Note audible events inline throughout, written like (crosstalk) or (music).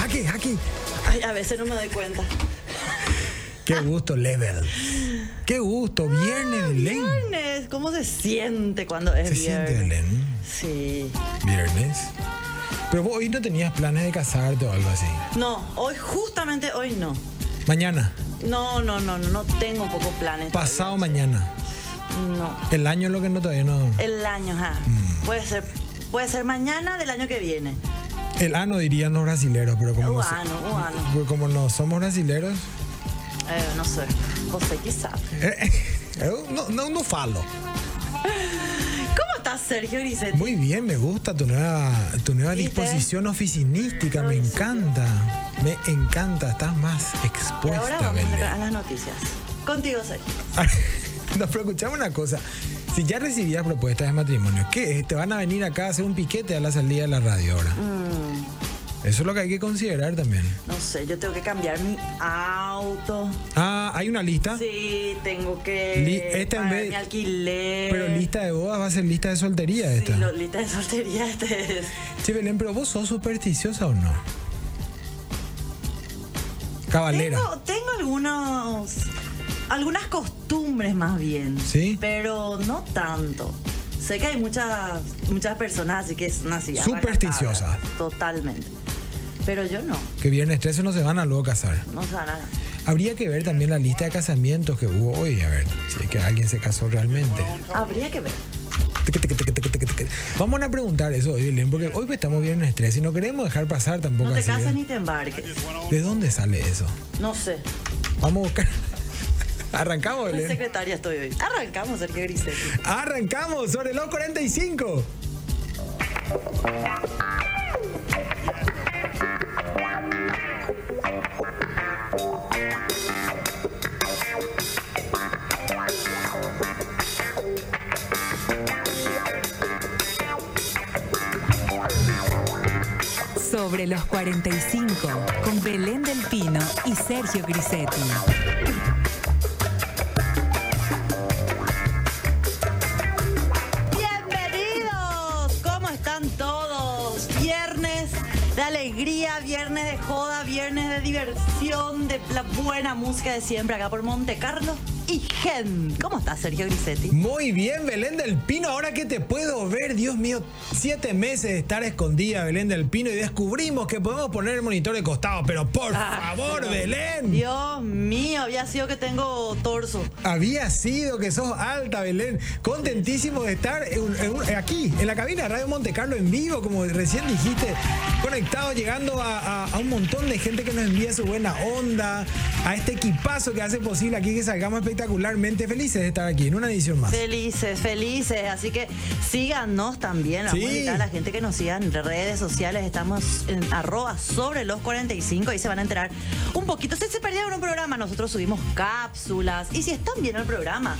Jackie, Jackie. Ay, a veces no me doy cuenta. Qué gusto, Level. Qué gusto, viernes, Belén. Viernes, ¿cómo se siente cuando es ¿Se viernes? siente Belén? Sí. Viernes. Pero vos hoy no tenías planes de casarte o algo así. No, hoy, justamente hoy no. Mañana, No, no, no, no, no tengo pocos planes. pasado mañana. No. El año es lo que no todavía no. El año, ajá. Mm. Puede ser, puede ser mañana del año que viene. El ano dirían los brasileros, pero como, no, Uano, uano. pero como no somos brasileros, Eh, no sé. José, quizás. eh, eu no, no, no falo. ¿Cómo estás, Sergio Grisetti? Muy bien, me gusta tu nueva, tu nueva ¿Viste? disposición oficinística, me encanta. Me encanta, estás más Y ahora expuesta, vamos Belén. a las noticias. Contigo, Sergio. (laughs) No, pero escuchame una cosa. Si ya recibías propuestas de matrimonio, ¿qué? es? Te van a venir acá a hacer un piquete a la salida de la radio ahora. Eso es lo que hay que considerar también. Mm, No sé, yo tengo que cambiar mi auto. Ah, hay una lista. Sí, tengo Li- que esta en pagar vez- mi alquiler. Pero lista de bodas va a ser lista de soltería eh, Sí, esta. lo- lista de (laughs) soltería este es. Che, Belén, pero vos sos supersticiosa o no? Cabalera. Tengo, tengo algunos... Algunas costumbres más bien. ¿Sí? Pero no tanto. Sé que hay muchas muchas personas así que son así. Supersticiosas. abaratadas, Totalmente. Pero yo no. Que viernes 13 no se van a luego casar. No sé nada. Habría que ver también la lista de casamientos que hubo hoy, a ver si es que alguien se casó realmente. Habría que ver. Teque, teque, teque, teque, teque, teque. Vamos a preguntar eso hoy, Belén, porque hoy pues estamos viernes 13 y no queremos dejar pasar tampoco No te así, casas ¿eh? ni te embarques. ¿De dónde sale eso? No sé. Vamos a buscar. (laughs) Arrancamos, Soy Belén. secretaria estoy hoy. Arrancamos, Sergio Grisetti. Arrancamos sobre los 45. Sobre los 45, con Belén del Pino y Sergio Grisetti. Bienvenidos, ¿cómo están todos? Viernes de alegría, viernes de joda, viernes de diversión, de la buena música de siempre acá por Monte Carlo y Gen. ¿Cómo estás, Sergio Grisetti? Muy bien, Belén del Pino. Ahora que te puedo ver, Dios mío, siete meses de estar escondida, Belén del Pino, y descubrimos que podemos poner el monitor de costado. Pero por Ah, favor, Belén. Dios mío, había sido que tengo torso. Había sido que sos alta, Belén. Contentísimo de estar en- en- en- aquí, en la cabina de Radio Monte Carlo en vivo, como recién dijiste, conectado, llegando a, a- a un montón de gente que nos envía su buena onda, a este equipazo que hace posible aquí que salgamos espectacularmente felices de estar aquí en una edición más. Felices, felices. Así que síganos también. Vamos Sí. a invitar a la gente que nos siga en redes sociales. Estamos en arroba sobre los 45 y se van a enterar un poquito. Si se perdieron un programa, nosotros subimos cápsulas. Y si están viendo el programa,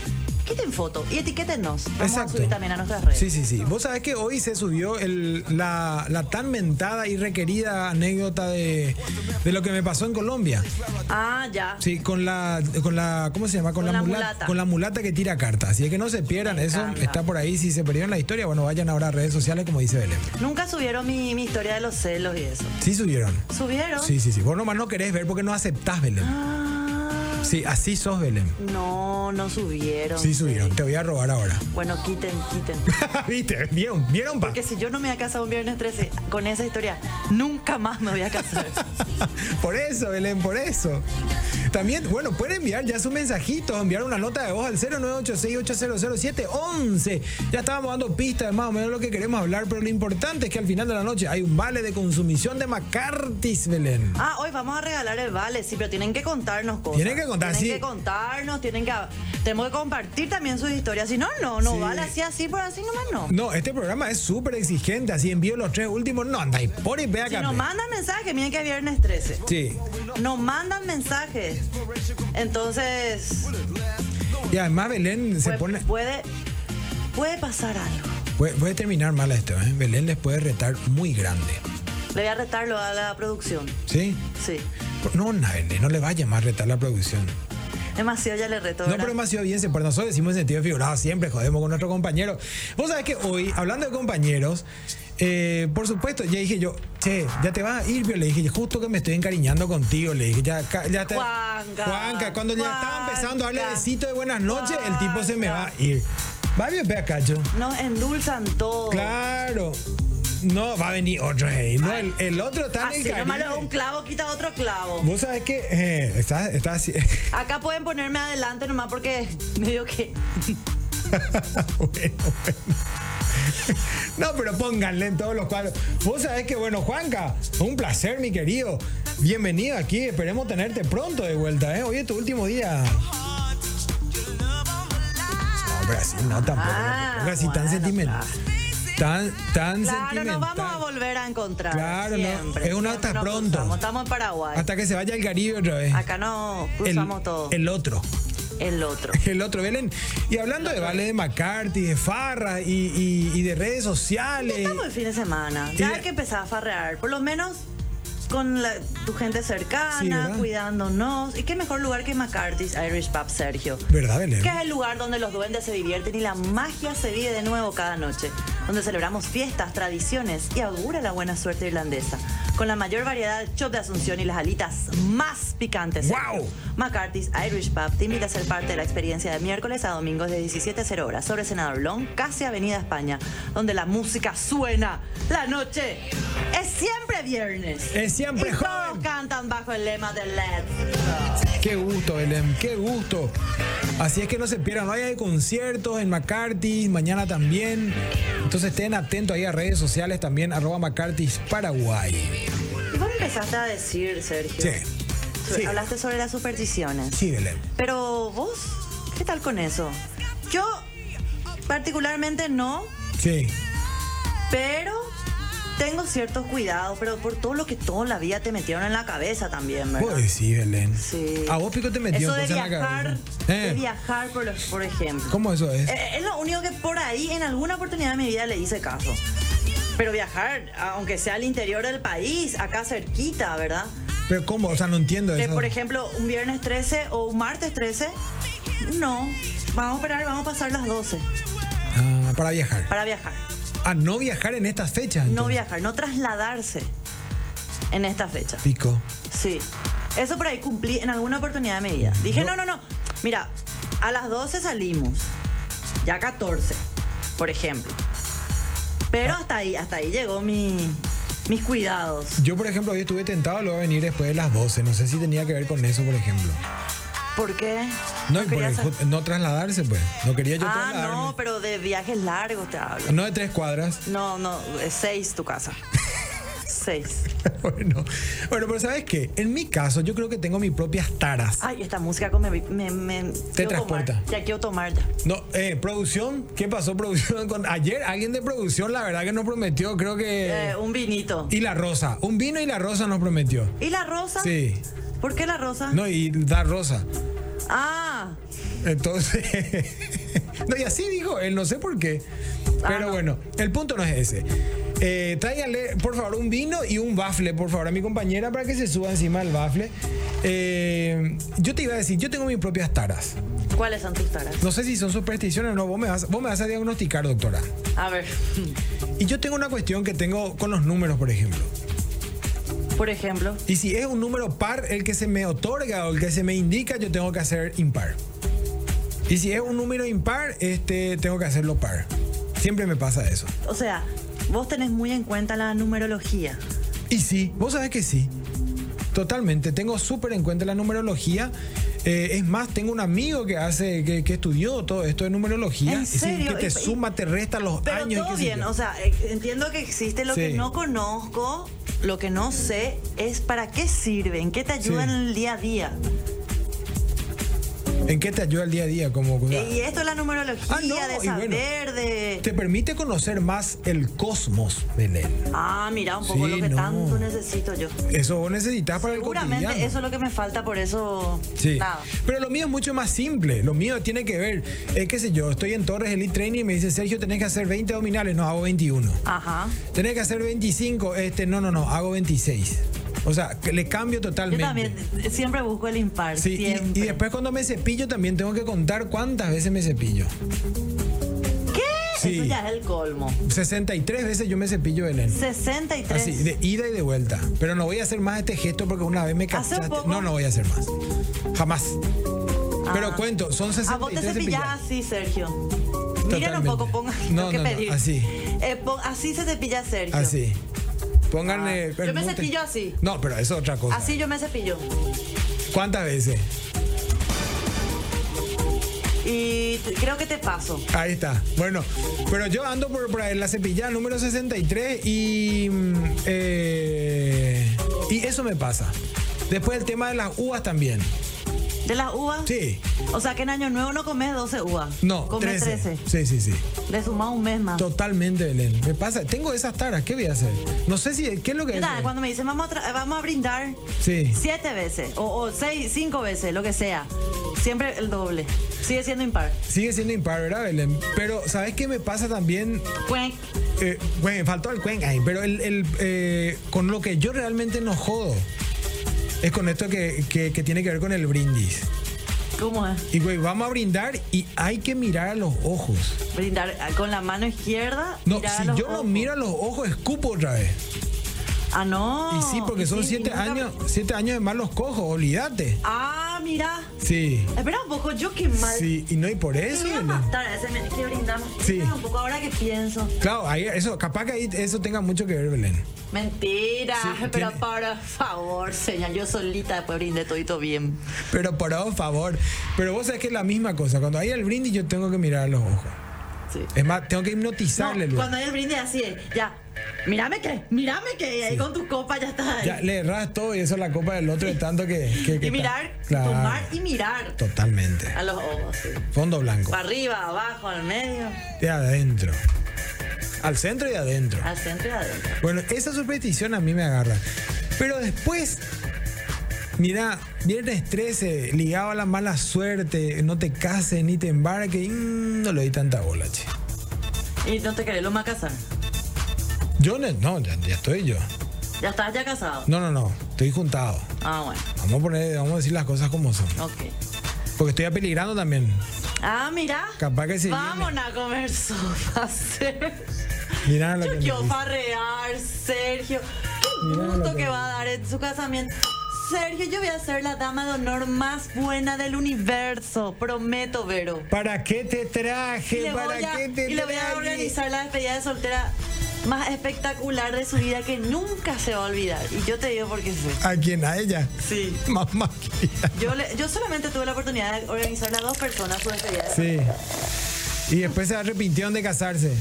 quiten foto y etiquétennos. Vamos a subir también a nuestras redes. Sí, sí, sí. Vos sabés que hoy se subió el- la, la tan mentada y requerida anécdota de, de lo que me pasó en Colombia. Ah, ya. Sí, con la, con la, ¿cómo se llama? Con, Con la, la mula- mulata. Con la mulata que tira cartas. Así es que no se pierdan Me eso. encanta. Está por ahí. Si se perdieron la historia, bueno, vayan ahora a redes sociales, como dice Belén. Nunca subieron mi, mi historia de los celos y eso. Sí subieron. ¿Subieron? Sí, sí, sí. Vos nomás no querés ver porque no aceptás, Belén. Ah, Sí, así sos, Belén. no, no subieron. Sí subieron. Te voy a robar ahora. (laughs) Bueno, quiten, quiten. ¿Viste? ¿Vieron? ¿Vieron, pa? Que si yo no me había casado un viernes 13 con esa historia, nunca más me voy (laughs) a casar. por eso, Belén, por eso. También, bueno, pueden enviar ya sus mensajitos, enviar una nota de voz al 0986-800711. Ya estábamos dando pistas de más o menos lo que queremos hablar, pero lo importante es que al final de la noche hay un vale de consumición de McCarthy's, Belén. Ah, hoy vamos a regalar el vale, sí, pero tienen que contarnos cosas. Tienen que contar, Tienen sí. que contarnos, tienen que. Tenemos que compartir también sus historias. Si no, no, no Sí. vale así, así, por así nomás no. No, este programa es súper exigente, así envío los tres últimos. No, andáis por y ve Si acá. nos mandan mensajes, miren que es viernes 13. Sí, Nos mandan mensajes. Entonces, y además Belén se puede- pone. puede, puede pasar algo. Puede, puede terminar mal esto, ¿eh? Belén les puede retar muy grande. Le voy a retarlo a la producción. ¿Sí? Sí. No, Belén, no le vaya más a retar la producción. Demasiado ya le reto. No, ¿verdad? pero demasiado bien, pero nosotros decimos en sentido figurado siempre, jodemos con nuestros compañeros. Vos sabés que hoy, hablando de compañeros, eh, por supuesto, ya dije yo, che, ya te vas a ir, pero le dije, justo que me estoy encariñando contigo, le dije, ya, ca- ya te- Juanca, Juanca, cuando ya estaba Juanca. empezando a darle besito de buenas noches, el tipo se me va a ir. Va a ver, Cacho. Nos endulzan todo. Claro. No, va a venir otro, hey. No, el, el otro está en el Así nomás Caribe. un clavo quita otro clavo. Vos sabés que eh, está, está así. (laughs) Acá pueden ponerme adelante nomás porque (laughs) (laughs) medio que. bueno, bueno. No, pero pónganle en todos los cuadros. Vos sabés que, bueno, Juanca, un placer, mi querido. Bienvenido aquí. Esperemos tenerte pronto de vuelta, ¿eh? Hoy es tu último día. No, pero así no tampoco. Ah, tampoco así tan bueno, sentimental. Tan, tan Claro, sentimental. nos vamos a volver a encontrar. Claro, no, siempre, es un siempre hasta nos pronto. cruzamos. Estamos en Paraguay. Hasta que se vaya el Caribe otra vez. Acá no el, cruzamos todo. El, el otro. (laughs) otro. El otro, Belén. Y hablando de Vale de McCarthy, de Farra y, y- y de redes sociales. Estamos el fin de semana. Sí. Ya hay que empezar a farrear. Por lo menos con la- tu gente Sí, cercana, ¿verdad? cuidándonos. Y qué mejor lugar que McCarthy's Irish Pub, Sergio. ¿Verdad, Belén? que es el lugar donde los duendes se divierten y la magia se vive de nuevo cada noche, donde celebramos fiestas, tradiciones y augura la buena suerte irlandesa, con la mayor variedad de chop de Asunción y las alitas más picantes. ¡Guau! McCarthy's Irish Pub te invita a ser parte de la experiencia de miércoles a domingos de 17 a 0 horas sobre Senador Long, casi Avenida España, donde la música suena, la noche es siempre viernes. Es siempre y todos joven. cantan bajo el lema de Let's Qué gusto, Belén, qué gusto. Así es que no se pierdan, vaya de conciertos en McCarthy, mañana también. Entonces estén atentos ahí a redes sociales también, arroba McCarthy Paraguay. Y vos empezaste a decir, Sergio. Sí. So- Sí. Hablaste sobre las supersticiones. Sí, Belén. Pero vos, ¿qué tal con eso? Yo, particularmente no, Sí. pero tengo ciertos cuidados, pero por todo lo que toda la vida te metieron en la cabeza también, ¿verdad? Pues sí, Belén. Sí. A vos pico te metió Eso de entonces, en la viajar, cabeza. de Eh, viajar, por, los- por ejemplo. ¿Cómo eso es? Eh, Es lo único que por ahí, en alguna oportunidad de mi vida, le hice caso. Pero viajar, aunque sea al interior del país, acá cerquita, ¿verdad? Pero ¿cómo? O sea, no entiendo Que, eso. por ejemplo, un viernes 13 o un martes 13, no. Vamos a esperar, vamos a pasar las 12 Ah, para viajar. para viajar. A no viajar en estas fechas. No entonces. viajar, no trasladarse en esta fecha. Pico. Sí. Eso por ahí cumplí en alguna oportunidad de mi vida. Dije, no, no, no. Mira, a las 12 salimos. Ya 14, por ejemplo. Ah. Pero hasta ahí, hasta ahí llegó mi, mis cuidados. Yo, por ejemplo, hoy estuve tentado, luego a venir después de las 12. No sé si tenía que ver con eso, por ejemplo. ¿Por qué? No, y por quería el sal- ju- no trasladarse, pues. No quería yo Ah, trasladarme. no, pero de viajes largos te hablo. no. de tres cuadras. (laughs) No, no, es seis tu casa. seis. bueno. bueno, pero ¿sabes qué? En mi caso, yo creo que tengo mis propias taras. Ay, esta música como me, me, me- quiero transporta. tomar. Ya quiero tomar ya. No, eh, producción. ¿Qué pasó, producción? (laughs) Con- ayer alguien de producción, la verdad que nos prometió, creo que. Eh, un vinito. y la rosa. Un vino y la rosa nos prometió. ¿Y la rosa? Sí. ¿Por qué la rosa? No, y da rosa. Ah, Entonces, (laughs) no, y así dijo él, no sé por qué. Ah, Pero no. bueno, el punto no es ese. Eh, tráiganle, por favor, un vino y un bafle, por favor, a mi compañera para que se suba encima del bafle. Eh, yo te iba a decir, yo tengo mis propias taras. ¿cuáles son tus taras? No sé si son supersticiones o no, vos me vas, vos me vas a diagnosticar, doctora. A ver, (laughs) Y yo tengo una cuestión que tengo con los números, por ejemplo. por ejemplo. Y si es un número par el que se me otorga o el que se me indica, yo tengo que hacer impar. Y si es un número impar, este, tengo que hacerlo par. Siempre me pasa eso. O sea, vos tenés muy en cuenta la numerología. Y sí, vos sabés que sí. Totalmente, tengo súper en cuenta la numerología. Eh, es más, tengo un amigo que hace, que, que estudió todo esto de numerología. ¿En Y sí, serio? que te Y- suma, te resta los Pero años. y todo qué sé bien, yo. o sea, eh, entiendo que existe lo que Sí. no conozco, lo que no sé es para qué sirven, qué te ayudan Sí. en el día a día. ¿En qué te ayuda el día a día? Como, Y esto es la numerología Ah, no, de y bueno. saber, de... te permite conocer más el cosmos, Belén. Ah, mira, un poco Sí, lo que no. tanto necesito yo. Eso vos necesitas para el cotidiano. Seguramente eso es lo que me falta, por eso... Sí. Nada. Pero lo mío es mucho más simple. Lo mío tiene que ver, eh, qué sé yo, estoy en Torres Elite Training y me dice, Sergio, tenés que hacer 20 abdominales. No, hago 21. Ajá. Tenés que hacer 25. Este, no, no, no, hago 26. O sea, que le cambio Yo totalmente. también eh, siempre busco el impar. Sí, y- siempre. y, después cuando me cepillo también tengo que contar cuántas veces me cepillo. ¿Qué? Sí. Eso ya es el colmo. 63 veces yo me cepillo, Belén. 63. Así, de ida y de vuelta. Pero no voy a hacer más este gesto porque una vez me Hace un cachaste. poco. No, no voy a hacer más. Jamás. Ah. Pero cuento, son Ah, vos te 63 cepillás cepilladas. así, Sergio. Miren un Totalmente. poco, pongan No, que no, no, pedir. así. Eh, pon- así se cepilla Sergio. Así. Ah, Pónganle. Ah, yo Ah, me permute. cepillo así. No, pero es otra cosa. Así yo me cepillo. ¿Cuántas veces? Y t- creo que te paso. Ahí está. Bueno, pero yo ando por, por ahí, la cepillada número 63 y. mm, eh, y eso me pasa. Después el tema de las uvas también. ¿De las uvas? Sí. O sea que en Año Nuevo no comes 12 uvas. No, Comes 13. 13. Sí, sí, sí. Le sumás un mes más. Totalmente, Belén. Me pasa. Tengo esas taras. ¿Qué voy a hacer? No sé si. ¿Qué es lo que.? ¿Qué tal? Cuando me dicen vamos a, tra- vamos a brindar Sí. siete veces o, o seis, cinco veces, lo que sea. Siempre el doble. Sigue siendo impar. Sigue siendo impar, ¿verdad, Belén? Pero, ¿sabes qué me pasa también? Cuenc. Eh, bueno, faltó el cuenca ahí, pero el, el, eh, con lo que yo realmente no jodo es con esto que, que- que tiene que ver con el brindis. ¿Cómo es? Y güey, vamos a brindar y hay que mirar a los ojos. Brindar ah, con la mano izquierda. No, mirar a si los yo no ojos. miro a los ojos, escupo otra vez. Ah, no. y sí, porque son y siete nunca- años, siete años de malos cojos, olvídate. Ah, mira. Sí, Espera un poco, yo qué mal. sí, y no y por Me eso. voy a Belén. matar a ese, me- que brindamos. Sí. Espera un poco, ahora que pienso. Claro, ahí eso, capaz que ahí eso tenga mucho que ver, Belén. Mentira, Sí, pero tiene- por favor, señor, yo solita después brindé todito bien. Pero por favor. Pero vos sabés que es la misma cosa. Cuando hay el brindis, yo tengo que mirar a los ojos. Sí. Es más, tengo que No, hipnotizarle. luego. cuando hay el brindis así es, ya, mírame que, mírame que, y ahí con tus copas ya está. Ya le erras todo y eso es la copa del otro de tanto que. que- que y está. mirar, Claro, tomar y mirar Totalmente. a los ojos. sí. Fondo blanco. Para arriba, abajo, al medio, De adentro. Al centro y adentro. al centro y adentro. Bueno, esa superstición a mí me agarra. Pero después, mira, viernes 13, ligado a la mala suerte, no te cases ni te embarques, mm, no le di tanta bola, che. Y no te querés lo más casar. Yo no, no, ya, ya estoy yo. Ya estás ya casado. No, no, no, estoy juntado. Ah, bueno, Vamos a poner, vamos a decir las cosas como son. ok. Porque estoy apeligrando también. Ah, mira. Capaz que se Vamos a comer (laughs) sopas. Mirá lo Yo que me quiero dice. farrear, Sergio. Qué Mirá lo gusto que que me va a dar en su casamiento. Sergio, yo voy a ser la dama de honor más buena del universo. Prometo, Vero. ¿Para qué te Y traje? le ¿Para voy a, qué te y le voy a traje? organizar la despedida de soltera más espectacular de su vida que nunca se va a olvidar. Y yo te digo por qué fue. ¿A quién? ¿A ella? (laughs) Sí. Mamá querida. Yo, le- yo solamente tuve la oportunidad de organizarle a dos personas su despedida. de- Sí. Y después se arrepintieron de casarse.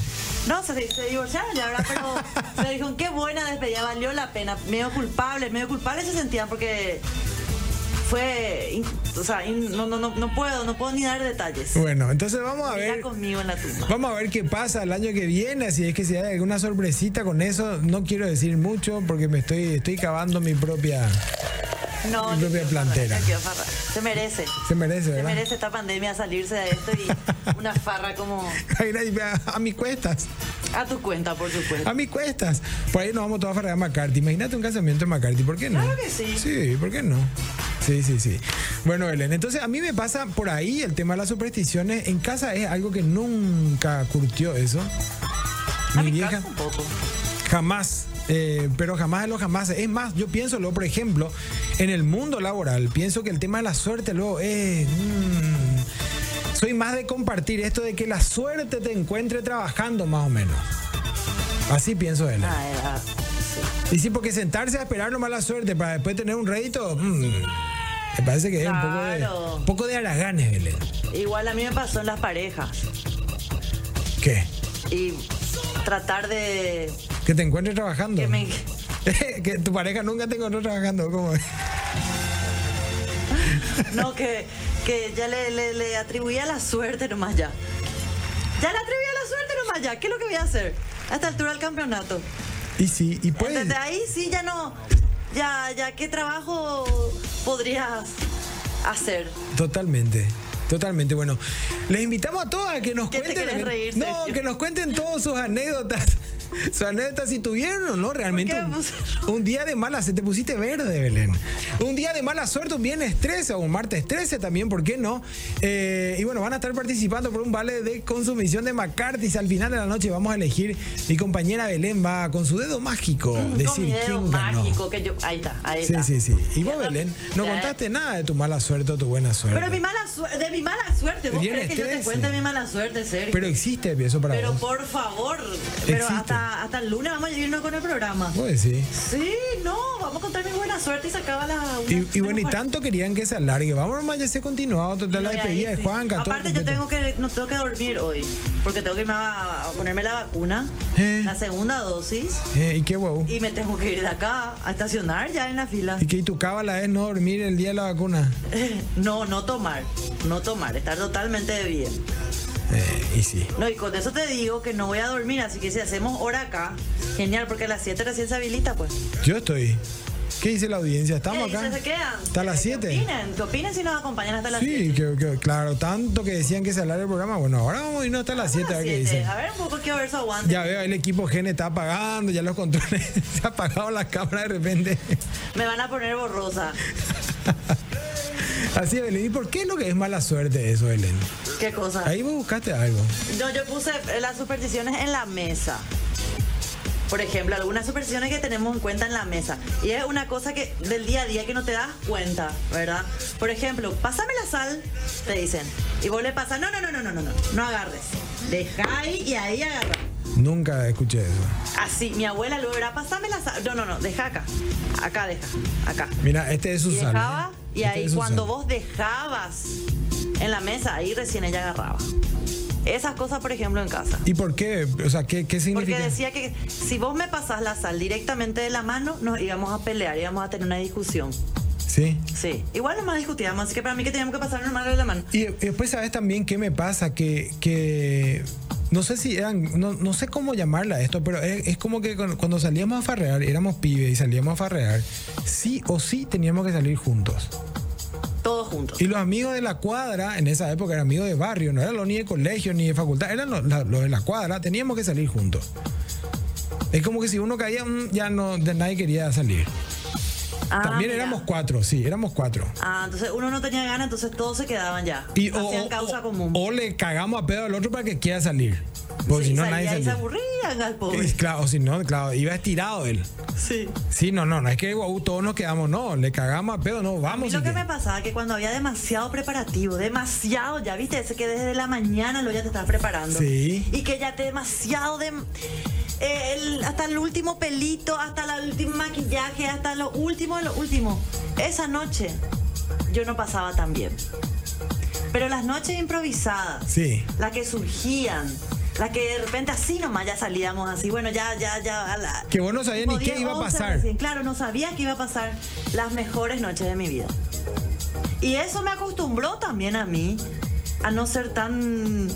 No, se, se divorciaron ya, ¿verdad? (laughs) Pero se dijeron, qué buena despedida, valió la pena. Medio culpable, medio culpable se sentían porque fue... in- o sea, in- no, no, no, no puedo, no puedo ni dar detalles. Bueno, entonces vamos a Era ver. conmigo en la tumba. Vamos a ver qué pasa el año que viene, si es que si hay alguna sorpresita con eso, no quiero decir mucho porque me estoy, estoy cavando mi propia. No, Mi yo propia quiero farrar, plantera. yo quiero farrar. Se merece. Se merece, Se ¿verdad? merece esta pandemia salirse de esto y una farra como (laughs) Ahí nadie ve A, a mis cuestas, a tu cuenta, por supuesto. a mis cuestas. Por ahí nos vamos todos a farrear a McCarthy. Imagínate un casamiento de McCarthy, ¿por qué no? Claro que sí. Sí, ¿por qué no? Sí, sí, sí. Bueno, Belén, entonces a mí me pasa por ahí el tema de las supersticiones. En casa es algo que nunca curtió eso. A mi casa un poco. Jamás, eh, pero jamás de los jamás. Es más, yo pienso luego, por ejemplo, en el mundo laboral, pienso que el tema de la suerte luego es... mm, soy más de compartir esto de que la suerte te encuentre trabajando más o menos. Así pienso él. Ah, era- sí. Y sí, porque sentarse a esperar nomás la suerte para después tener un rédito, mm, me parece que es un poco de, Claro. un poco de haraganes, Belén. Igual a mí me pasó en las parejas. ¿Qué? Y tratar de... Que te encuentre trabajando. Que me... (laughs) que tu pareja nunca te encontró trabajando. ¿cómo es? No, que, que ya le, le, le atribuía la suerte nomás ya. Ya le atribuía la suerte nomás ya. ¿Qué es lo que voy a hacer? A esta altura del campeonato. Y sí, y pues... Desde ahí sí ya no. Ya, ya, ¿qué trabajo podrías hacer? Totalmente. Totalmente, bueno. Les invitamos a todas a que nos ¿Qué te cuenten. querés reír, no, Sergio? que nos cuenten todas sus (laughs) anécdotas. Sus anécdotas si tuvieron, o ¿no? Realmente. qué me un- puse Un día de mala, se te pusiste verde, Belén. Un día de mala suerte, un viernes 13 o un martes 13 también, ¿por qué no? Eh, y bueno, van a estar participando por un vale de consumición de McCarthy's. Al final de la noche vamos a elegir. Mi compañera Belén va con su dedo mágico. con decir mi dedo quién ganó. mágico que yo. Ahí está, ahí Sí, está. sí, sí. Y vos, Ya, Belén, no ya, contaste nada de tu mala suerte o tu buena suerte. Pero mi mala suerte, de mi mala suerte, ¿vos Viernes crees que yo te 13. cuente mi mala suerte, Sergio? Pero existe eso para Pero vos. por favor, pero Existe. hasta, hasta el lunes vamos a irnos con el programa. Vos decís. Sí, no, vamos a contar mi buena suerte y se acaba la. una- Y, y bueno, y una- tanto querían que se alargue. Vamos nomás, ya se continuado. Total, la Ay, despedida de sí. Juan, Aparte, yo tengo que, no tengo que dormir hoy, porque tengo que irme a, a ponerme la vacuna, Eh. la segunda dosis, y qué wow. y me tengo que ir de acá a estacionar ya en la fila. Y que y tu cábala es no dormir el día de la vacuna. (laughs) No, no tomar, no tomar, estar totalmente bien. Eh, y sí. No, y con eso te digo que no voy a dormir, así que si hacemos hora acá, genial, porque a las 7 recién se habilita, pues. Yo estoy. ¿Qué dice la audiencia? ¿Estamos ¿Qué acá? dicen? ¿Se quedan? ¿Hasta las ¿Qué 7? opinan? ¿Qué opinan si nos acompañan hasta las 7? Sí, que, que- claro, tanto que decían que se alargue el programa. Bueno, ahora vamos a irnos hasta las 7 a ver qué dicen. A ver un poco qué verso aguante. Ya veo, el equipo Gen está apagando, ya los controles. (laughs) Se ha apagado la cámara de repente. Me van a poner borrosa. (laughs) Así es, Belén. ¿Y por qué es lo que es mala suerte eso, Belén? ¿Qué cosa? Ahí vos buscaste algo. No, yo puse eh, las supersticiones en la mesa. Por ejemplo, algunas supersticiones que tenemos en cuenta en la mesa. Y es una cosa que del día a día que no te das cuenta, ¿verdad? Por ejemplo, pásame la sal, te dicen. Y vos le pasas, no, no, no, no, no, no, no, no agarres. Deja ahí y ahí agarra. Nunca escuché eso. Así, mi abuela luego era, pasame la sal. No, no, no, deja acá. Acá deja, acá. Mira, este es Y Susana. dejaba, y Este ahí es cuando Susana. vos dejabas en la mesa, ahí recién ella agarraba. Esas cosas, por ejemplo, en casa. ¿Y por qué? O sea, ¿qué, qué significa? Porque decía que si vos me pasás la sal directamente de la mano, nos íbamos a pelear, íbamos a tener una discusión. Sí. Sí. Igual nomás discutíamos, así que para mí que teníamos que pasar normal de la mano. Y, y después, ¿sabes también qué me pasa? Que, que no sé si eran, no, no sé cómo llamarla esto, pero es, es como que cuando, cuando salíamos a farrear, éramos pibes y salíamos a farrear, sí o sí teníamos que salir juntos. Todos juntos. Y los amigos de la cuadra, en esa época eran amigos de barrio, no eran los ni de colegio ni de facultad, eran los, la- los de la cuadra, teníamos que salir juntos. Es como que si uno caía, mm, ya no, de nadie quería salir. Ah, También mira. éramos cuatro, sí, éramos cuatro. Ah, entonces uno no tenía ganas, entonces todos se quedaban ya. Y o, Hacían o- causa o- común. o le cagamos a pedo al otro para que quiera salir. Porque Sí, si no, salía nadie y se salía. aburrían al Y pobre. claro, si no, claro, iba estirado él. Sí. Sí, no, no, no es que guau, todos nos quedamos, no, le cagamos a pedo, no, A mí vamos. lo si que me quieres. pasaba que cuando había demasiado preparativo, demasiado, ya viste, ese que desde la mañana lo ya te estás preparando. Sí. Y que ya te demasiado de eh, el- hasta el último pelito, hasta el último maquillaje, hasta lo último de lo último. Esa noche yo no pasaba tan bien. Pero las noches improvisadas, Sí. las que surgían, las que de repente así nomás ya salíamos así, bueno, ya, ya, ya. a la- Que vos no sabías ni tipo qué 10, iba a 11 pasar. recién. Claro, no sabía que iba a pasar las mejores noches de mi vida. Y eso me acostumbró también a mí a no ser tan.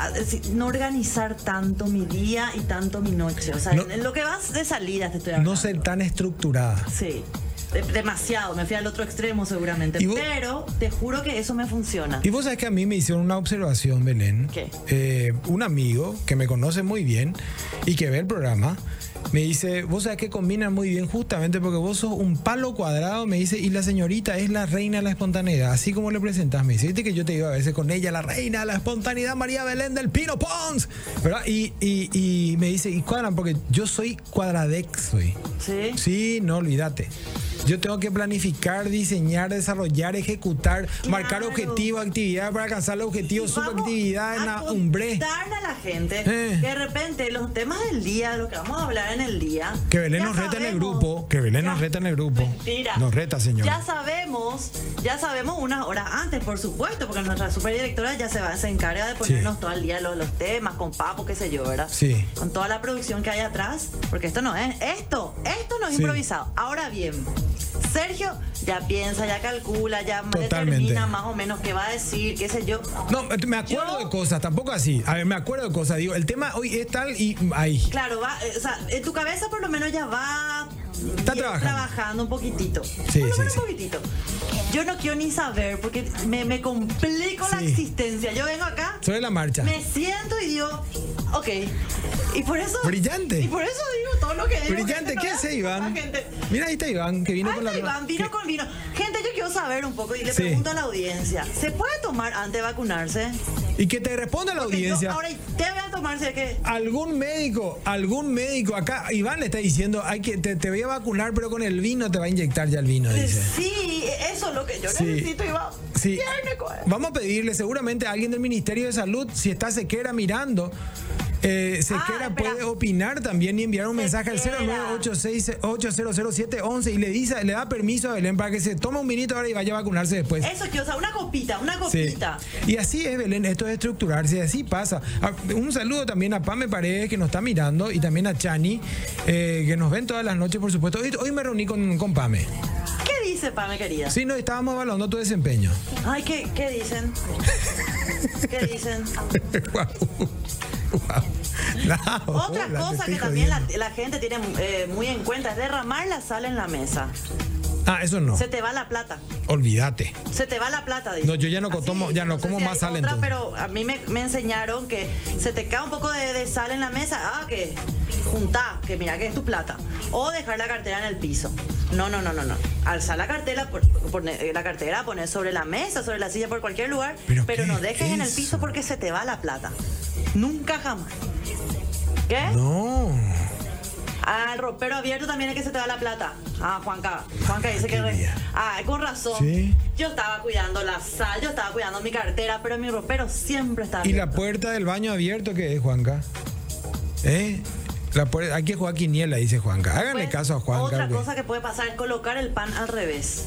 a deci- no organizar tanto mi día y tanto mi noche. O sea, No- en lo que vas de salida te estoy hablando. No ser tan estructurada. Sí. De- demasiado. Me fui al otro extremo seguramente. ¿Y vos- Pero te juro que eso me funciona. Y vos sabés que a mí me hicieron una observación, Belén. ¿Qué? Eh, un amigo que me conoce muy bien y que ve el programa, me dice, vos sabés que combinan muy bien justamente porque vos sos un palo cuadrado, me dice, y la señorita es la reina de la espontaneidad, así como le presentás, me dice, viste que yo te digo a veces con ella, la reina de la espontaneidad, María Belén del Pino Pons, ¿verdad? Y, y- y me dice, y cuadran, porque yo soy cuadradex, soy. Sí. Sí, no olvídate. Yo tengo que planificar, diseñar, desarrollar, ejecutar, marcar objetivos, actividades para alcanzar los objetivos, Vamos subactividades, na- a hombre. contarle a la gente Eh. que de repente los temas del día, lo que vamos a hablar en el día. Que Belén ya nos reta en el sabemos. grupo, que Belén Ya- nos reta en el grupo. Mentira. Nos reta, señora. Ya sabemos, ya sabemos unas horas antes, por supuesto, porque nuestra superdirectora ya se va, se encarga de ponernos Sí. todo el día los, los temas, con papo, qué sé yo, ¿verdad? Sí. Con toda la producción que hay atrás, porque esto no es, esto, esto no es Sí. improvisado. Ahora bien, Sergio ya piensa, ya calcula, ya Totalmente. determina más o menos qué va a decir, qué sé yo. No, me acuerdo Yo- de cosas, tampoco así. A ver, me acuerdo de cosas. Digo, el tema hoy es tal y ahí. Claro, va, eh, o sea, en tu cabeza por lo menos ya va Está quiero trabajando. trabajando un poquitito. Sí, Por lo sí, menos sí. un poquitito. Yo no quiero ni saber porque me, me complico la Sí. existencia. Yo vengo acá, Sobre la marcha. me siento y digo, ok. Y por eso. Brillante. Y por eso digo todo lo que digo. Brillante, gente, ¿qué no hace veas, Iván? la gente. Mira, ahí está Iván, que vino Ahí con la está Iván, vino con vino. Gente, yo quiero saber un poco y le Sí. pregunto a la audiencia, ¿se puede tomar antes de vacunarse? Y que te responda la Porque yo audiencia. ahora deben tomarse que Algún médico, algún médico, acá Iván le está diciendo, hay que, te, te voy a vacunar, pero con el vino te va a inyectar ya el vino, dice. Sí, eso es lo que yo Sí. necesito, Iván. Sí. Tiene cua- Vamos a pedirle seguramente a alguien del Ministerio de Salud, si está Sequera mirando, eh, Sequera Ah, espera. puede opinar también y enviar un mensaje al Sequera. 0986800711 y le dice, le da permiso a Belén para que se tome un minito ahora y vaya a vacunarse después. Eso quiero, o sea, una copita, una Sí. copita. Y así es, Belén, esto es estructurarse, y así pasa. Ah, Un saludo también a Pame Paredes, que nos está mirando, y también a Chani, eh, que nos ven todas las noches, por supuesto. Hoy, hoy me reuní con, con Pame. ¿Qué dice, Pame, querida? Sí, no, estábamos evaluando tu desempeño. Ay, ¿qué, qué dicen? ¿Qué dicen? (laughs) Guau, guau. La Otra bola, cosa Oh, te que estoy también la, jodiendo. la gente tiene eh, muy en cuenta es derramar la sal en la mesa. Ah, eso no, Se te va la plata. olvídate. Se te va la plata, dice. No, yo ya no Así tomo- dice, ya no sé como si más hay sal, otra, entonces. Pero a mí me, me enseñaron que se te cae un poco de, de sal en la mesa. Ah, que juntá, que mira que es tu plata. O dejar la cartera en el piso. No, no, no, no, no. Alzar la cartera, por- poner, eh, la cartera, poner sobre la mesa, sobre la silla, por cualquier lugar. ¿Pero Pero, qué no es dejes en el eso? piso porque se te va la plata. Nunca jamás. ¿Qué? No. Ah, el ropero abierto también es que se te da la plata. Ah, Juanca. Juanca dice Qué que. re- día. Ah, con razón. Sí. Yo estaba cuidando la sal, yo estaba cuidando mi cartera, pero mi ropero siempre está ¿Y la abierto. puerta del baño abierto que es, Juanca? ¿Eh? La puerta, hay que jugar quiniela, dice Juanca. Háganle Pues, caso a Juanca. Otra güey. cosa que puede pasar es colocar el pan al revés.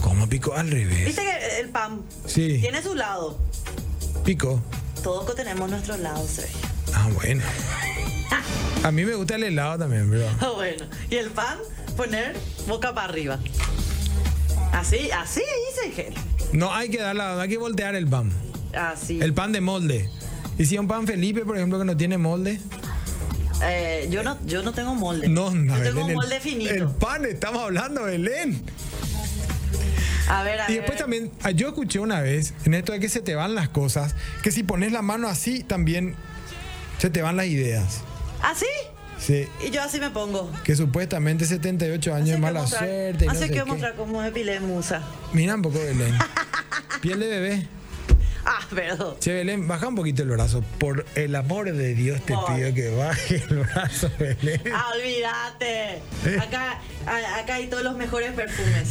¿Cómo picó? Al revés. Viste que el pan Sí. tiene su lado. Picó. Todos tenemos nuestros lados, Sergio. Ah, bueno. A mí me gusta el helado también, bro. (laughs) Ah, bueno. Y el pan, poner boca para arriba. Así, así dice gente. No hay que dar la, hay que voltear el pan. Así. El pan de molde. Y si un pan Felipe, por ejemplo, que no tiene molde. Eh, yo no, yo no tengo molde. No, no, Yo tengo Belén, un el- molde finito. El pan, estamos hablando, Belén. A ver, a Y ver. después también, ah, yo escuché una vez, en esto de que se te van las cosas, que si pones la mano así, también se te van las ideas. ¿Así? Sí. ¿Ah, Y yo así me pongo. Que supuestamente 78 años es Así mala que mostrar- suerte. y no Así sé que qué. mostrar cómo me pilé musa. Mira un poco, Belén. Piel de bebé. Ah, perdón. Che, Belén, baja un poquito el brazo. Por el amor de Dios te Por- pido que baje el brazo, Belén. Ah, olvídate. Eh. Acá, a- acá hay todos los mejores (laughs) perfumes.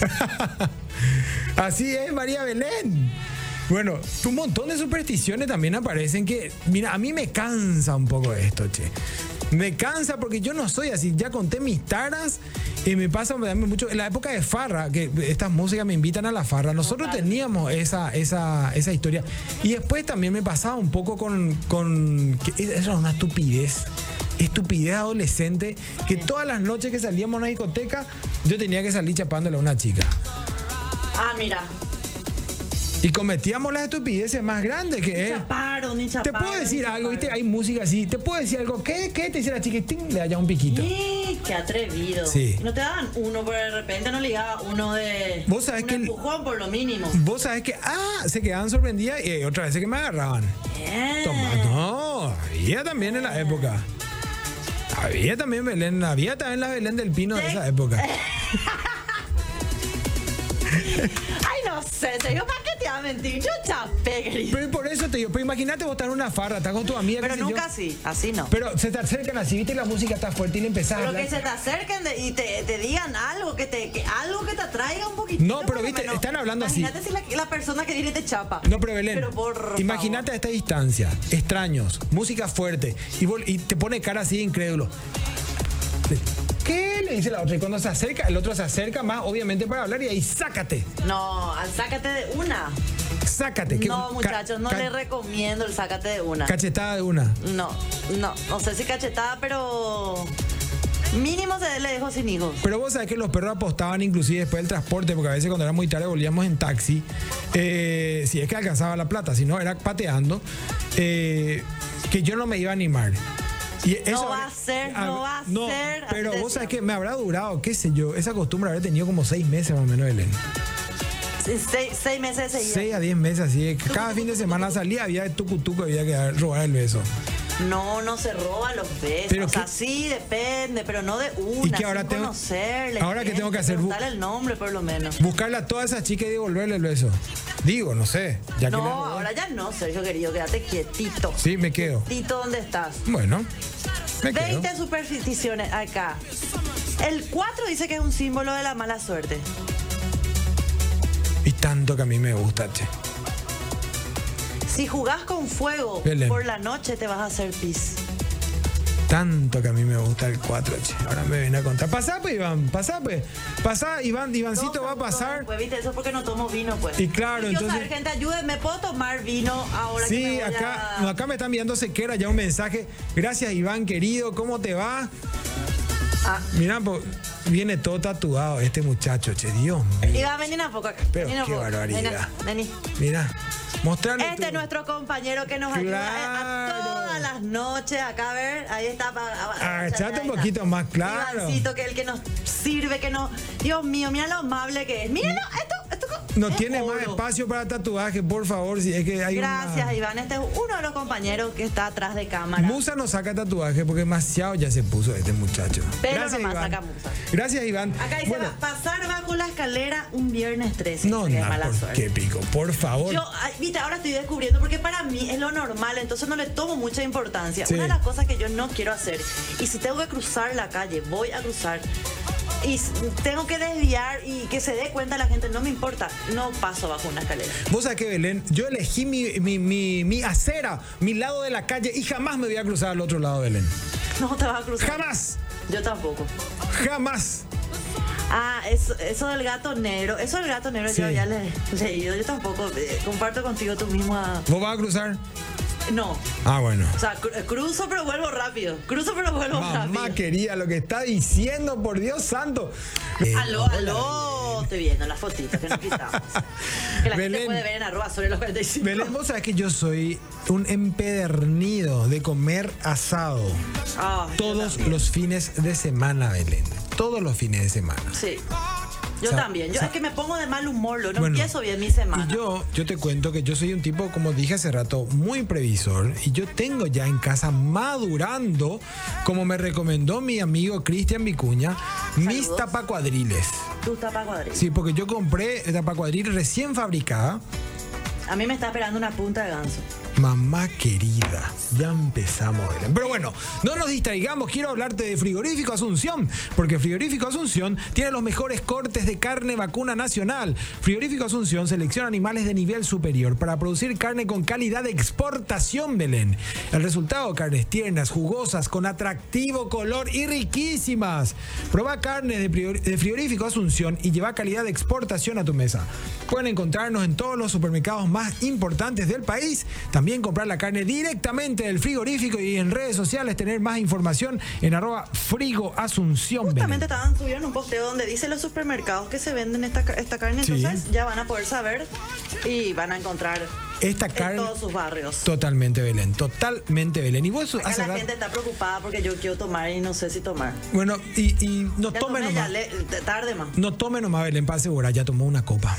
Así es, María Belén. Bueno, un montón de supersticiones también aparecen que, mira, a mí me cansa un poco esto, che. Me cansa porque yo no soy así. Ya conté mis taras y me pasa también mucho. En la época de farra, que estas músicas me invitan a la farra, nosotros teníamos esa, esa, esa historia. Y después también me pasaba un poco con. con que era una estupidez. Estupidez adolescente que todas las noches que salíamos a una discoteca, yo tenía que salir chapándole a una chica. Ah, mira. Y cometíamos las estupideces más grandes que (laughs) es. Chaparon, ni Eh. Te chaparon. puedo decir ni algo, ¿viste? chaparon. Hay música así. Te puedo decir algo. ¿Qué? ¿Qué? Te dice la chiquitín, le da un piquito. ¡Eh! ¡Qué atrevido! Sí. ¿Y ¿No te daban uno, pero de repente no ligaba uno de. Vos sabés un que el- Mm. empujón por lo mínimo. Vos sabés que, ah, se quedaban sorprendidas y otra vez que me agarraban. Bien. Toma, no, había también en Ah. la época. Había también Belén, había también la Belén del Pino de Sí. esa (laughs) época. Ay, no sé, Sergio, ¿para qué te iba a mentir? Yo chapé, querido. Pero por eso te digo, pero imagínate vos estar en una farra, estás con tu amiga. Pero qué sé yo. nunca así, así no. Pero se te acercan así, viste, y la música está fuerte y le empezás a Pero hablar. que se te acerquen de- y te, te digan algo, que te que algo que te atraiga un poquitito. No, pero por lo viste, están hablando así. Imagínate si la, la persona que viene te chapa. No, pero Belén, Pero por imagínate a esta distancia, extraños, música fuerte, y, vol- y te pone cara así de incrédulo. ¿Qué? Le dice la otra. Y cuando se acerca, el otro se acerca más, obviamente, para hablar, y ahí sácate, favor. No, al sácate de una. sácate. que- No, ca- muchachos, no ca- les recomiendo el sácate de una. Cachetada de una. No, no, no sé si cachetada, pero mínimo se le dejo sin hijos. Pero vos sabés que los perros apostaban inclusive después del transporte, porque a veces cuando era muy tarde volvíamos en taxi, eh, si es que alcanzaba la plata, si no era pateando, eh, que yo no me iba a animar. Y eso No va habrá- a ser, hab- no va a no, ser Pero vos sabés anestesia. que me habrá durado, qué sé yo, esa costumbre habrá tenido como seis meses más o menos, Belén. Se- seis, seis meses de seguida. Seis a diez meses, así de que cada fin de semana salía, había de tucu tucu, había que dar- robar el beso. No, no se roba los besos. Pero o sea, qué- sí, depende, pero no de una. ¿Y qué ahora sin tengo- conocerle, ahora qué bien, tengo que hacer, bu- preguntarle el nombre, por lo menos. Buscarla a todas esas chicas y devolverle el beso. Digo, no sé. Ya que No, le- ahora ya no, Sergio querido, quédate quietito. Sí, me quedo. Quietito, ¿dónde estás? Bueno, me quedo. 20 supersticiones acá. El 4 dice que es un símbolo de la mala suerte. Y tanto que a mí me gusta, che. Si jugás con fuego Belén. por la noche te vas a hacer pis. Tanto que a mí me gusta el 4, che. Ahora me viene a contar. Pasá, pues, Iván. Pasá, pues. Pasá, Iván. Ivancito va a pasar. Pues viste, eso es porque no tomo vino, pues. Y claro, Yo, entonces- saber, gente, ayúdenme, ¿puedo tomar vino ahora que me Sí, voy acá, a- no, acá me están enviando Sequera ya un mensaje. Gracias, Iván, querido. ¿Cómo te va? Ah. Mirá, po, viene todo tatuado este muchacho, che. Dios mío. Iba a venir a poco acá. Pero Vení un qué poco. barbaridad. Vení, vení. Mirá, mostrarle. Este es nuestro compañero que nos ayuda eh, a- a Claro. todas las noches. Acá, a ver, ahí está. pa- a- Ah, a- echate ahí un está. poquito más, claro. Ivancito, que es el que nos sirve, que nos... Dios mío, mira lo amable que es. Míralo, esto... esto No es tiene más oro. espacio para tatuaje, por favor. Si es que hay una- Gracias, Iván. Este es uno de los compañeros que está atrás de cámara. Musa no saca tatuaje porque demasiado ya se puso este muchacho. Pero nomás saca Musa. Gracias, Iván. Acá dice, Bueno, va, pasar bajo la escalera un viernes 13. no, Dice que es no, mala por- suerte. qué pico, por favor. Yo, ay, viste, ahora estoy descubriendo porque para mí es lo normal, entonces no le tomo mucha importancia. Sí. Una de las cosas que yo no quiero hacer, y si tengo que cruzar la calle, voy a cruzar. Y s- tengo que desviar y que se dé cuenta la gente, no me importa, no paso bajo una escalera. (laughs) Vos sabés que Belén, yo elegí mi, mi- mi- mi acera, mi lado de la calle y jamás me voy a cruzar al otro lado de Belén. No te vas a cruzar. Jamás, Yo tampoco. jamás. Ah, eso, eso del gato negro, eso del gato negro Sí. yo había le- leído, yo tampoco eh, comparto contigo tu misma... ¿Vos vas a cruzar? No, Ah, bueno. o sea, cru- cruzo pero vuelvo rápido, cruzo pero vuelvo Mamá rápido. querida, lo que está diciendo, por Dios santo. Eh, Aló, aló, estoy viendo las fotitas que nos (laughs) quitamos. Que la gente Belén. puede ver en arroba sobre los 45. Belén, vos sabés que yo soy un empedernido de comer asado Ah, yo todos también. los fines de semana, Belén. Todos los fines de semana. Sí. Yo O sea, también. Yo o sea- es que me pongo de mal humor, lo no Bueno, empiezo bien mi semana. Y yo, yo te cuento que yo soy un tipo, como dije hace rato, muy previsor. Y yo tengo ya en casa madurando, como me recomendó mi amigo Cristian Vicuña, mis Saludos. tapacuadriles. Tú tapas cuadril. Sí, porque yo compré tapacuadril recién fabricada. A mí me está esperando una punta de ganso. Mamá querida, ya empezamos. Belén. Pero bueno, no nos distraigamos, quiero hablarte de Frigorífico Asunción, porque Frigorífico Asunción tiene los mejores cortes de carne vacuna nacional. Frigorífico Asunción selecciona animales de nivel superior para producir carne con calidad de exportación, Belén. El resultado, carnes tiernas, jugosas, con atractivo color y riquísimas. Proba carne de, prior- de Frigorífico Asunción y lleva calidad de exportación a tu mesa. Pueden encontrarnos en todos los supermercados más importantes del país. También comprar la carne directamente del frigorífico y en redes sociales tener más información en arroba frigo Asunción. Belén. Justamente estaban subiendo un posteo donde dice los supermercados que se venden esta, ca- esta carne, Sí. entonces ya van a poder saber y van a encontrar Esta en carne... todos sus barrios. Totalmente Belén, totalmente Belén. Y vos Acá hace la rato- gente está preocupada porque yo quiero tomar y no sé si tomar. Bueno, y, y no Ya tomen tomé, ya nomás. le- tarde más. No tome nomás Belén para asegurar, ya tomó una copa.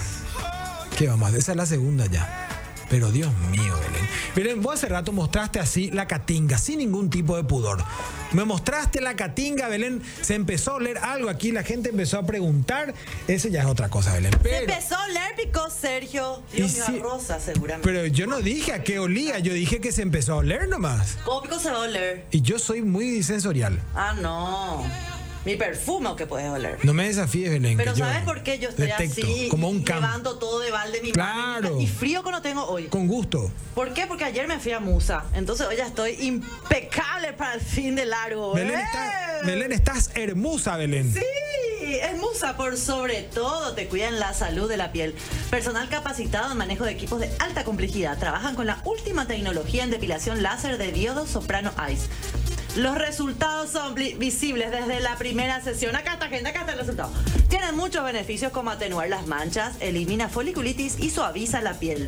¿Qué vamos a hacer? Esa es la segunda ya. Pero Dios mío, Belén. Belén, vos hace rato mostraste así la catinga, sin ningún tipo de pudor. Me mostraste la catinga, Belén. Se empezó a oler algo aquí, la gente empezó a preguntar. Eso ya es otra cosa, Belén. Se Pero, empezó a leer picó Sergio. Y Dios mío, sí. a Rosa seguramente. pero yo no dije a qué olía, yo dije que se empezó a oler nomás. ¿Cómo picó se va a oler? Y yo soy muy sensorial. Ah, no. Mi perfume o que puedes oler. No me desafíes, Belén. Pero que yo ¿sabes por qué yo estoy detecto, así? Como un campo. Llevando todo de balde mi mano. Claro. Y frío que no tengo hoy. Con gusto. ¿Por qué? Porque ayer me fui a Musa. Entonces hoy ya estoy impecable para el fin de largo. Belén, ¡Eh! está- Belén, estás hermosa, Belén. Sí, es Musa por sobre todo te cuidan la salud de la piel. Personal capacitado en manejo de equipos de alta complejidad. Trabajan con la última tecnología en depilación láser de diodo Soprano Ice. Los resultados son vi- visibles desde la primera sesión. Acá está, gente, acá está el resultado. Tienen muchos beneficios como atenuar las manchas, elimina foliculitis y suaviza la piel.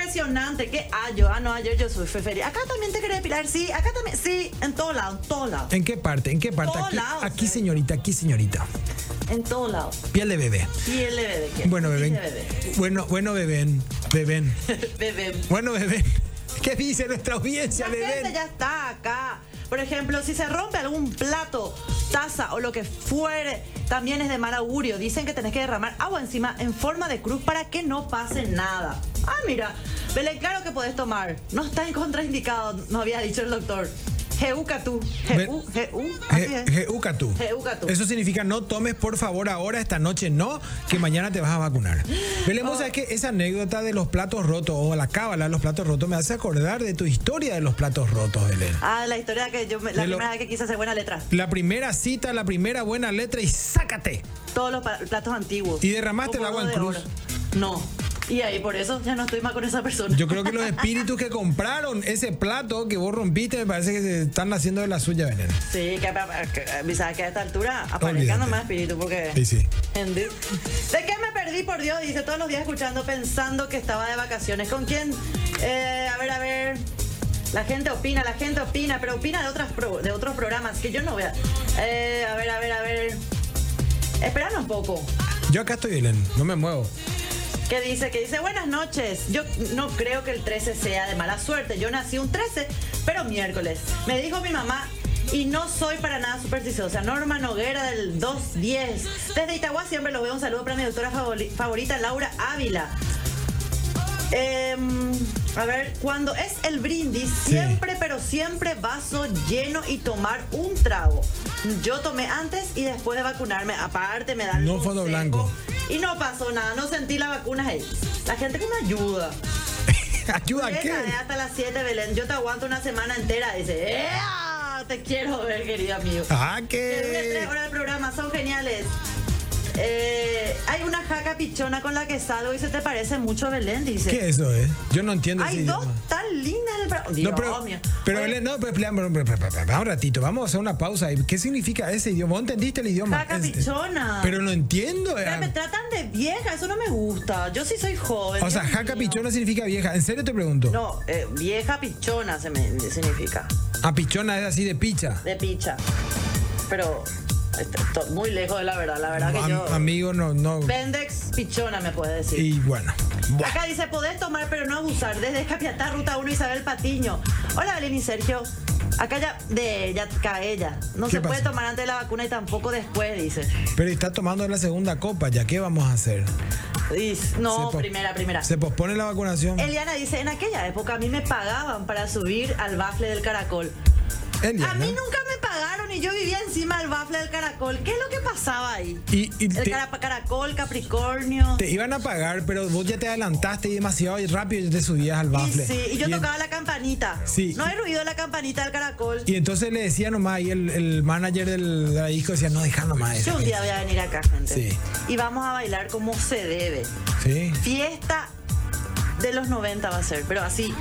Impresionante. Que, ah, yo, ah, no, ayer yo soy feliz. Acá también te quería depilar, sí. Acá también, sí. En todo lado, en todo lado. ¿En qué parte? ¿En qué parte? Todo Aquí, lado, aquí, sí. señorita, aquí, señorita. En todo lado. Piel de bebé. Y el bebé. ¿qué? Bueno, bebé. Dice bebé. Bueno, bueno, bebén. Bebén. Bebé. (laughs) Bueno, bebé. (laughs) ¿Qué dice nuestra audiencia, La gente bebé? ya está acá. Por ejemplo, si se rompe algún plato, taza o lo que fuere, también es de mal augurio. Dicen que tenés que derramar agua encima en forma de cruz para que no pase nada. Ah, mira. Belén, claro que podés tomar. No está en contraindicado, nos había dicho el doctor. Jeuca tú. Jeu, jeu, así es. Geucatú. Jeucatú. Eso significa no tomes por favor ahora, esta noche no, que mañana te vas a vacunar. Belén, Oh. vos sabés que esa anécdota de los platos rotos o la cábala de los platos rotos me hace acordar de tu historia de los platos rotos, Belén. Ah, la historia que yo, me- la De lo- primera vez que quise hacer buena letra. La primera cita, la primera buena letra y sácate. Todos los pa- platos antiguos. ¿Y derramaste Como el agua en de cruz? oro. No. Y ahí por eso ya no estoy más con esa persona. Yo creo que los espíritus que compraron ese plato que vos rompiste me parece que se están haciendo de la suya, Belén. (laughs) Sí, que, que- que- sabes que a esta altura aparezcan Olvídate. nomás espíritu porque... Sí, sí. Entendí. ¿De qué me perdí, por Dios? Dice todos los días escuchando, pensando que estaba de vacaciones. ¿Con quién? Eh, a ver, a ver. La gente opina, la gente opina, pero opina de, otras pro- de otros programas que yo no vea. Eh, a ver, a ver, a ver. Esperan un poco. Yo acá estoy, Belén, no me muevo. (laughs) ¿Qué dice? Que dice, buenas noches. Yo no creo que el 13 sea de mala suerte. Yo nací un 13, pero miércoles. Me dijo mi mamá. Y no soy para nada supersticiosa. Norma Noguera del 210. Desde Itagua siempre lo veo. Un saludo para mi doctora favori- favorita, Laura Ávila. Em, a ver, cuando es el brindis, Sí. siempre, pero siempre vaso lleno y tomar un trago. Yo tomé antes y después de vacunarme. Aparte, me dan. No fondo consejo blanco. Y no pasó nada, no sentí la vacuna. ahí. La gente que me ayuda. Ayuda, Deja ¿qué? de hasta las 7, Belén. Yo te aguanto una semana entera. Dice, "Ea, Te quiero ver, querido amigo. Ah, Que dure ¿qué? tres horas de programa, son geniales. Eh, hay una jaca pichona con la que salgo y se te parece mucho a Belén, dice. ¿Qué eso es? Yo no entiendo Hay ese dos idioma. tan lindas en el programa. Dios No, pero, mío. pero Oye, Belén, no, pero, pero, pero, pero, pero, pero, vamos un ratito, vamos a hacer una pausa. ¿Y ¿Qué significa ese idioma? ¿Vos entendiste el idioma? Caca Es- eh, pichona. este, Pero no entiendo. eh. Pero me tratan de vieja, eso no me gusta. Yo sí soy joven. O sea, Dios jaca mío. pichona significa vieja. ¿En serio te pregunto? No, eh, vieja pichona se me significa. A Ah, pichona es así de picha. De picha. Pero este, to- muy lejos de la verdad. La verdad que Am- yo. amigo, no, no. Pendex pichona me puede decir. Y bueno. Buah. Acá dice, podés tomar pero no abusar. Desde Capiatá, Ruta 1, Isabel Patiño. Hola, Belén y Sergio. Acá ya, de ella, cae ella. No ¿Qué se puede pasa? tomar antes de la vacuna y tampoco después, dice. Pero está tomando la segunda copa, ya qué vamos a hacer. Y- no, Se po- primera, primera. Se pospone la vacunación. Eliana dice, en aquella época a mí me pagaban para subir al bafle del caracol. Eliana. A mí nunca me pagaron y yo vivía encima del bafle del caracol. ¿Qué es lo que pasaba ahí? Y, y El te, cara- caracol, Capricornio. te iban a pagar, pero vos ya te adelantaste y demasiado rápido y te subías al Y, bafle. sí, y yo en- tocaba la campanita. Sí. No hay ruido de la campanita del caracol. y entonces le decía nomás ahí el, el manager del, de la disco decía, no, deja nomás eso. Yo un día voy a venir acá, gente. Sí. Y vamos a bailar como se debe. Sí. Fiesta de los 90 va a ser, pero así,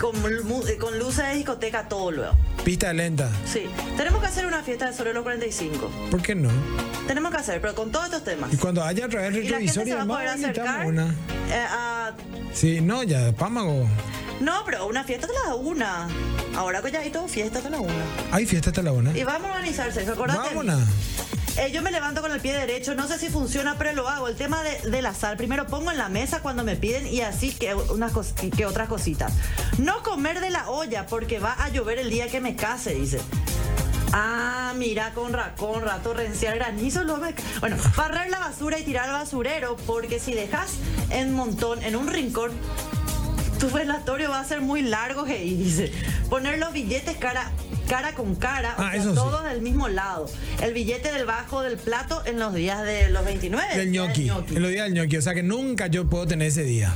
con, mu- eh, con luces de discoteca todo luego. Pista lenta. Sí. Tenemos que hacer una fiesta de sobre los 45. ¿Por qué no? Tenemos que hacer, pero con todos estos temas. Y cuando haya otra vez Y la gente retrovisor y se va a demás, poder acercar necesitamos una. eh, a- Sí, no, ya, pámago. No, pero una fiesta de la una. Ahora que ya hay todo fiesta de la una. Hay fiesta hasta la una. Y vamos a organizarse, acordate. Vámonos. Eh, yo me levanto con el pie derecho, no sé si funciona, pero lo hago. El tema de, de la sal, primero pongo en la mesa cuando me piden y así que, unas cos- que otras cositas. No comer de la olla porque va a llover el día que me case, dice. Ah, mira, con, ra- con rato renciar granizo. Lo me... Bueno, barrer la basura y tirar al basurero porque si dejas en montón, en un rincón, tu velatorio va a ser muy largo, hey, dice. Poner los billetes cara, cara con cara, o Ah, sea, eso sí. todos del mismo lado. El billete del bajo del plato en los días de los 29. Del el día del ñoqui. En los días del ñoqui. O sea que nunca yo puedo tener ese día.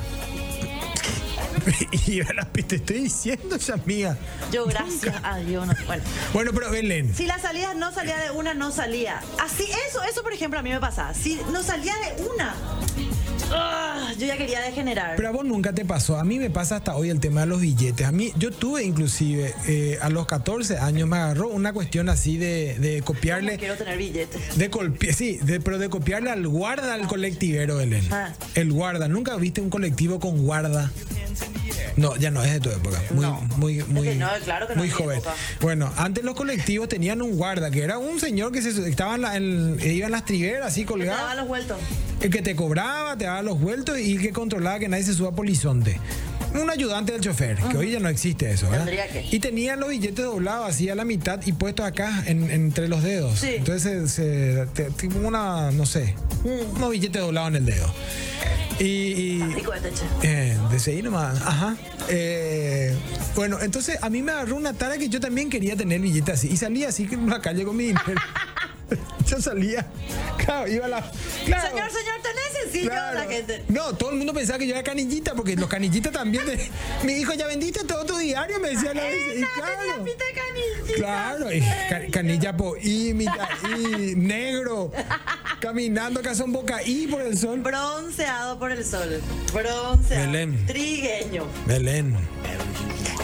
(laughs) y ahora te estoy diciendo, ya mía. Yo, gracias a Dios. no- Bueno, Bueno, pero Belén. si la salida no salía de una, no salía. Así, eso, eso por ejemplo a mí me pasaba. Si no salía de una, Ah, yo ya quería degenerar. Pero a vos nunca te pasó. A mí me pasa hasta hoy el tema de los billetes. A mí, yo tuve inclusive eh, a los 14 años me agarró una cuestión así de, de No copiarle. quiero tener billetes. De colpi- sí, de- pero de copiarle al guarda al colectivero, Belén. Ah. El guarda. ¿Nunca viste un colectivo con guarda? No, ya no, es de tu época. Muy, No. muy, muy, que no, claro que no muy es de mi joven. época. Bueno, antes los colectivos tenían un guarda, que era un señor que se su- estaba en la- en- iba en las triberas así Me daba colgado. los vueltos. El que te cobraba, te daba los vueltos y el que controlaba que nadie se suba por polizonte. Un ayudante del chofer, que hoy ya no existe eso, ¿verdad? Tendría que. Y tenía los billetes doblados así a la mitad y puestos acá en- entre los dedos. Sí. Entonces eh, se, se- te- tipo una, no sé, Mm. un- unos billetes doblados en el dedo. Y, y- Rico este che. eh, de seguir nomás. Ajá. Eh, bueno, entonces a mí me agarró una tara que yo también quería tener billetes así. Y salía así en la calle con mi (laughs) dinero. yo salía. Claro, iba a la. Claro. Señor, señor, tenés (laughs) sencillo Claro. la gente. No, todo el mundo pensaba que yo era canillita, porque los canillitas también. te- (laughs) Mi hijo, ya vendiste todo tu diario, me decía la vez. Y claro. Claro, y ca- canilla poímica y negro, caminando cazón boca y por el sol. Bronceado por el sol. Bronceado. Belén. Trigueño. Belén.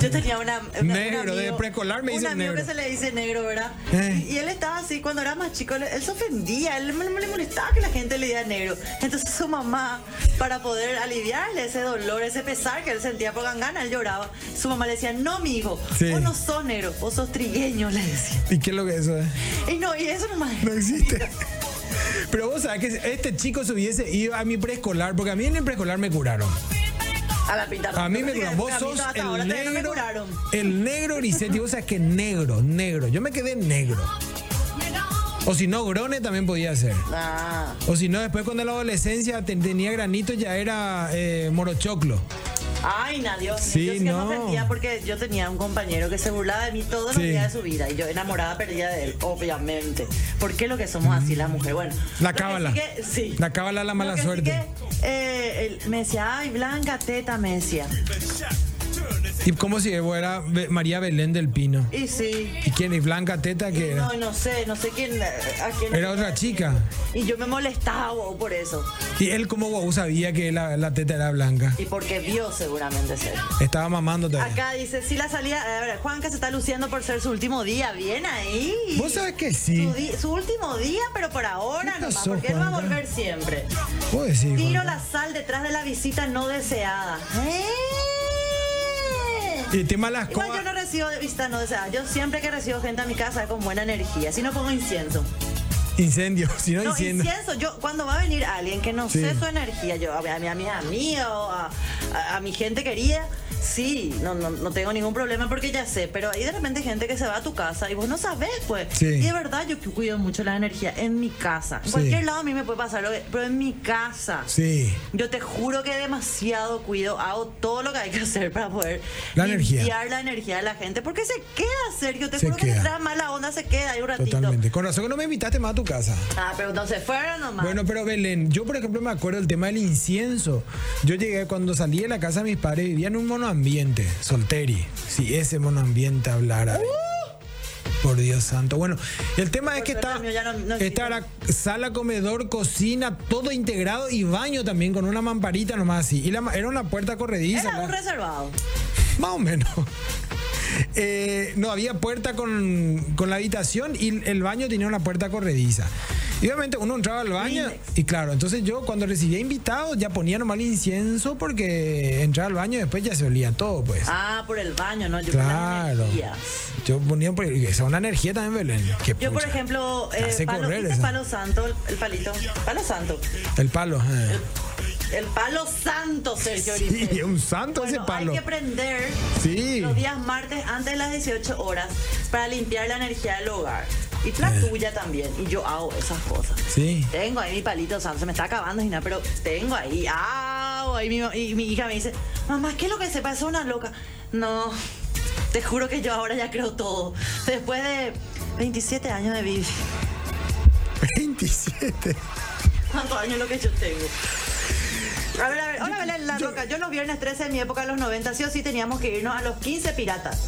Yo tenía una. una- un Negro, amigo- de preescolar me un dicen amigo negro. que se le dice negro, ¿verdad? Eh. Y él estaba así cuando era más chico, le- él se ofendía, él me, le molestaba que la gente le diera negro. Entonces su mamá, para poder aliviarle ese dolor, ese pesar que él sentía por gangana, él lloraba. Su mamá le decía, no, mi hijo, Sí. vos no sos negro, vos sos trigueño, le decía. ¿Y qué es lo que eso es? Y no, y eso nomás. No existe. (laughs) Pero vos sabés que este chico se hubiese ido a mi preescolar, porque a mí en el preescolar me curaron. A la pinta. A mí me curaron. Vos A mí sos hasta ahora el todavía no me negro. curaron. El negro Grisetti. Vos sabés que negro, negro. Yo me quedé negro. O si no, grone también podía ser. Ah, O si no, después cuando en la adolescencia te- tenía granito ya era eh, morochoclo. ay, nadie. Sí, yo sí que no. me ofendía porque yo tenía un compañero que se burlaba de mí todos Sí. los días de su vida y yo enamorada perdida de él, obviamente. ¿Por qué lo que somos así las mujeres? Bueno, La lo que cábala. sí que- sí. La cábala de la mala Lo que sí suerte. que, eh, él me decía, ay, blanca teta, me decía. Y como si fuera Be- María Belén del Pino. Y sí. ¿Y quién? ¿Y Blanca Teta que No, era? no sé, no sé quién. eh, A quién Era otra chica. Y yo me molestaba wow, por eso. Y él como guau sabía que la, la teta era blanca. Y porque vio seguramente ser. Estaba mamando todavía. Acá dice, sí la salida, a ver, Juanca se está luciendo por ser su último día, bien ahí. ¿Vos sabés que sí? Su, di- su último día, pero por ahora ¿Qué nomás, pasó, porque él va a Juanca? volver siempre. ¿Puedo decir? Tiro Juanca? la sal detrás de la visita no deseada. ¡Eh! Y el tema de las Igual yo cosas. no recibo de visita no deseada. Yo siempre que recibo gente a mi casa con buena energía, si no pongo incienso. Incendio, (laughs) si no No, incendio. incienso, yo cuando va a venir alguien que no Sí. sé su energía, yo a, a mi- a mis amigos, a, a- a mi gente querida, sí, no, no, no tengo ningún problema porque ya sé, pero hay de repente gente que se va a tu casa y vos no sabés, pues. Sí. Y de verdad yo cu- cuido mucho la energía en mi casa. En Sí. cualquier lado a mí me puede pasar, lo que- pero en mi casa. Sí. Yo te juro que demasiado cuido, hago todo lo que hay que hacer para poder La energía. limpiar la energía de la gente, porque se queda, Sergio, te Se juro que queda. se trae mala onda, se queda ahí un ratito. Totalmente. Con razón que no me invitaste más a tu casa. Ah, pero entonces fueron nomás. Bueno, pero Belén, yo por ejemplo me acuerdo del tema del incienso. Yo llegué cuando salí de la casa de mis padres, vivía en un monoambiente, solteri. Si ese monoambiente Uh. hablara. Por Dios santo. Bueno, el tema es que suerte está, el Pues mío ya no- no existe. esta era sala, comedor, cocina, todo integrado y baño también con una mamparita nomás así. Y la ma- era una puerta corrediza. Era un la- reservado. más o menos. (laughs) Eh, no, había puerta con, con la habitación y el baño tenía una puerta corrediza. Y obviamente uno entraba al baño Kleenex. y claro, entonces yo cuando recibía invitados ya ponía normal incienso porque entraba al baño y después ya se olía todo, pues. Ah, por el baño, ¿no? Yo por las claro. energías. Yo ponía por es una energía también, Belén. Qué Yo, por pucha. ejemplo, Te eh, hace palo, correr ¿viste esa. palo santo, el, el palito. Palo santo. El palo. eh. El palo santo, Sergio (laughs) Sí, Oribe. un santo Bueno, ese palo. hay que prender Sí. los días martes antes de las 18 horas para limpiar la energía del hogar. Y la Eh. tuya también. Y yo hago esas cosas. Sí. (laughs) Tengo ahí mi palito santo, se me está acabando, Gina, pero tengo ahí. hago ahí mi, y mi hija me dice, mamá, ¿qué es lo que se pasó una loca? No, te juro que yo ahora ya creo todo. Después de 27 años de vida. 27. ¿Cuántos años es lo que yo tengo? A ver, a ver, hola Belén La yo- Roca. Yo los viernes 13 de mi época, de los 90, sí o sí teníamos que irnos a los 15 piratas.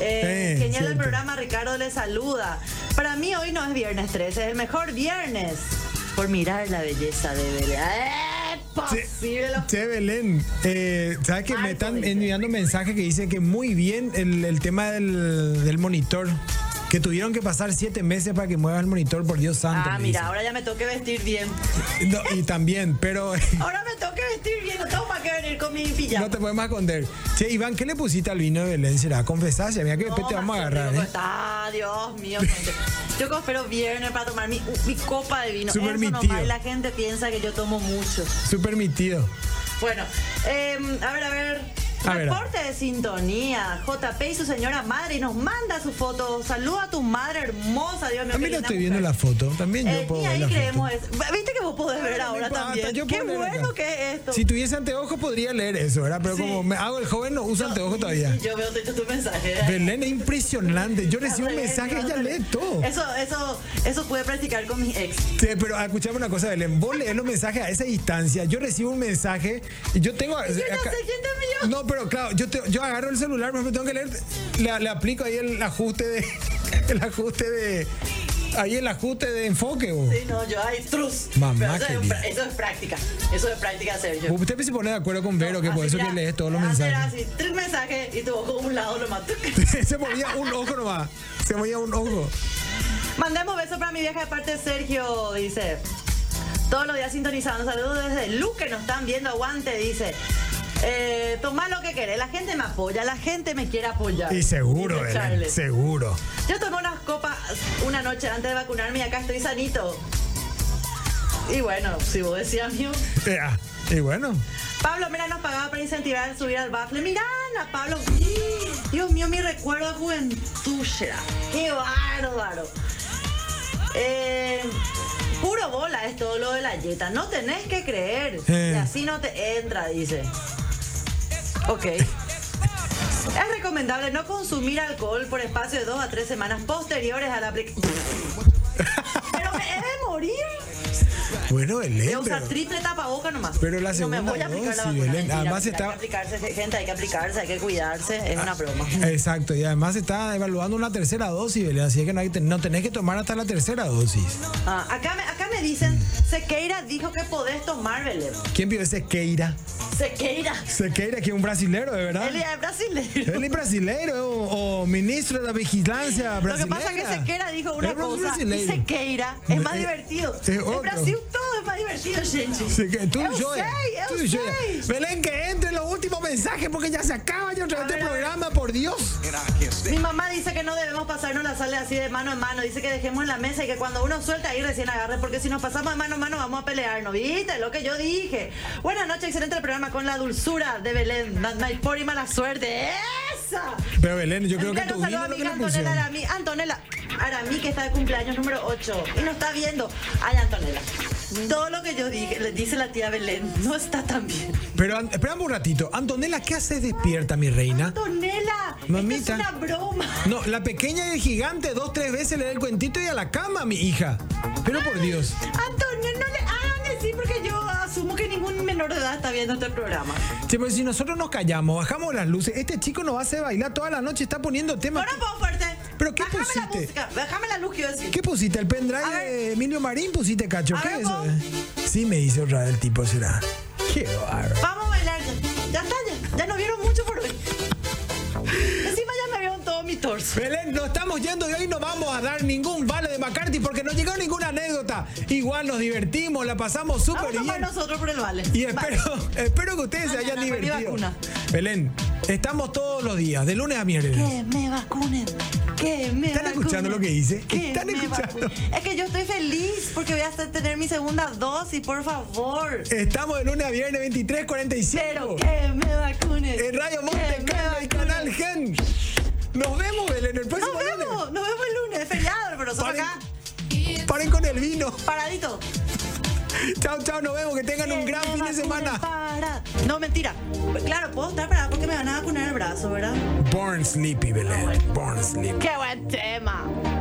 Eh, Eh, genial el cierto. programa, Ricardo le saluda. Para mí hoy no es viernes 13, es el mejor viernes. Por mirar la belleza de Belén. Imposible los Che, Belén, eh, ¿sabes que me Marzo, están dice. enviando mensajes que dicen que muy bien el, el tema del, del monitor? Que tuvieron que pasar siete meses para que mueva el monitor, por Dios santo. Ah, me mira, ahora ya me tengo que (laughs) vestir bien. dicen. No, y también, pero (laughs) Ahora me tengo que vestir bien. No tengo más que venir con mi pijama. no te podemos esconder. Che, Iván, ¿qué le pusiste al vino de Belén? ¿Será? Confesase, mira que después te vamos a Marcelo, agarrar. digo, ¿eh? Ah, Dios mío, gente. Yo espero viernes para tomar mi, uh, mi copa de vino. Súper Eso mi nomás, tío. la gente piensa que yo tomo mucho. Súper mitido. Bueno, em, a ver, a ver. A ver. Reporte de sintonía. JP y su señora madre y nos manda su foto. Saluda a tu madre hermosa, Dios mío. A mí no qué linda estoy mujer. viendo la foto. También Eh, yo puedo y ver ahí la creemos foto. eso. Viste que vos podés ver No ahora importa, yo también. Qué puedo leer acá. bueno que es esto. Si tuviese anteojos podría leer eso, ¿verdad? Pero Sí. como me hago el joven, no uso anteojos todavía. (laughs) Yo veo tu, tu mensaje. ¿eh? Belén es impresionante. Yo recibo un Al revés, mensaje, ¿no? ella lee todo. Eso, eso, eso pude practicar con mis ex. Sí, pero escuchame una cosa, Belén. Vos lees los mensajes a esa distancia. Yo recibo un mensaje y yo tengo. Yo no sé quién te envió. No, pero claro, yo, te- yo agarro el celular, me tengo que leer. Le, le aplico ahí el ajuste de. (laughs) El ajuste de. Ahí el ajuste de enfoque, vos. Sí, no, yo hay trus. Mamá, Pero eso, qué es, pra- bien. eso es práctica. Eso es práctica, Sergio. Usted se pone de acuerdo con Vero, que por Así, eso que mira, lees todos los antes era mensajes. así, tres mensajes y tu ojo a un lado (laughs) lo mató. se movía un ojo nomás. Se movía un ojo. Mandemos besos para mi vieja de parte de Sergio, dice. Todos los días sintonizando. Saludos desde Lu que nos están viendo. Aguante, dice. Eh, tomá lo que querés. La gente me apoya, la gente me quiere apoyar. Y seguro, Dice Belén. Charles. Seguro. Yo tomé unas copas una noche antes de vacunarme y acá estoy sanito. Y bueno, si vos decías mío. Ea, Y bueno. Pablo, mira, nos pagaba para incentivar a subir al bafle. Mirá, Ana, Pablo. Dios mío, mi recuerdo de juventud. Shera. Qué bárbaro. Eh, puro bola es todo lo de la yeta. No tenés que creer. Eh. Y así no te entra, dice. Ok. Es recomendable no consumir alcohol por espacio de dos a tres semanas posteriores a la aplicación. Pero me he de morir. Bueno, Belén. Voy a usar pero- triple tapaboca nomás. Pero la No me segunda voy a aplicar la dosis, vacuna. Belén. Mentira, Además mentira, está- Ah. Hay que aplicarse, gente, hay que aplicarse, hay que cuidarse. Es una broma. Exacto, y además se está evaluando una tercera dosis, Belén, así que no, hay que ten- no tenés que tomar hasta la tercera dosis. Ah, acá, me, acá me dicen, Sequeira dijo que podés tomar, Belén. ¿Quién vio ese Keira? Sequeira. Sequeira, que es un brasilero, de verdad. Él es brasileño. Él es brasilero o, o ministro de la vigilancia Lo brasileña. que pasa es que Sequeira dijo una Él es cosa y brasileiro. Sequeira es más Eh, divertido. es otro. En Brasil todo es más divertido, gente. Sí, que tú Eu y yo. eh, sei, eu tú y yo. eh. sei. Belén, que entre los últimos mensajes porque ya se acaba ya otra A vez ver, este a ver. programa, por Dios. Mi mamá dice que no debemos pasarnos la sal así de mano en mano. Dice que dejemos en la mesa y que cuando uno suelta ahí recién agarre, porque si nos pasamos de mano en mano vamos a pelearnos. ¿Viste? Lo que yo dije. Buenas noches, excelente el programa con la dulzura de Belén. Por y mala suerte. ¡Esa! Pero Belén, yo creo que Claro, tu saludo vida a no mi que le hija funciona. Antonella Aramí. Antonella Aramí, que está de cumpleaños número 8 y nos está viendo. Ay, Antonella. Todo lo que yo dije, le dice la tía Belén, no está tan bien. Pero an- esperamos un ratito. Antonella, ¿qué haces despierta, mi reina? Antonella, Mamita. esta es una broma. No, la pequeña y el gigante dos, tres veces le da el cuentito y a la cama, mi hija. Pero por Dios. Antonio, no le hagan decir porque yo asumo que ningún menor de edad está viendo este programa. Che, pero si nosotros nos callamos, bajamos las luces, este chico nos hace bailar toda la noche, está poniendo temas. Ahora pongo fuerte. ¿Pero qué Bájame la pusiste? música, bájame la luz que yo decir. ¿Qué pusiste? ¿El pendrive A ver. de Emilio Marín pusiste, cacho? A ¿Qué ver, es eso? vos. Sí, me dice otra vez el tipo, será. Qué bárbaro. Vamos a bailar ya. Ya está, ya, ya no vieron mucho por hoy. Encima ya me vieron todo mi torso. Belén, nos estamos yendo y hoy no vamos a dar ningún vale de McCarthy porque no llegó ninguna anécdota. Igual nos divertimos, la pasamos Vamos a súper tomar bien. nosotros por el vale. Y Vale. espero, espero que ustedes se Mañana hayan me divertido. vacuna. Belén, estamos todos los días, de lunes a miércoles. Que me vacunen. Que me ¿Están vacunen, escuchando lo que dice? que ¿Están me escuchando? vacunen. Es que yo estoy feliz porque voy a hasta tener mi segunda dosis, por favor. Estamos de lunes a viernes 23.45. Pero que me vacunen. En Radio Que Monte me Carlo y vacunen. Canal Gen. Nos vemos, Belén, el Nos próximo lunes. vemos, nos vemos el lunes, feriado, pero nosotros Paren, acá paren con el vino. paradito. Chao, chao, nos vemos. Que tengan un Que gran me fin de vacunen semana. para- No, mentira. Claro, puedo estar parada porque me van a vacunar el brazo, ¿verdad? Born Sleepy, Belén. Born Sleepy. Qué buen tema.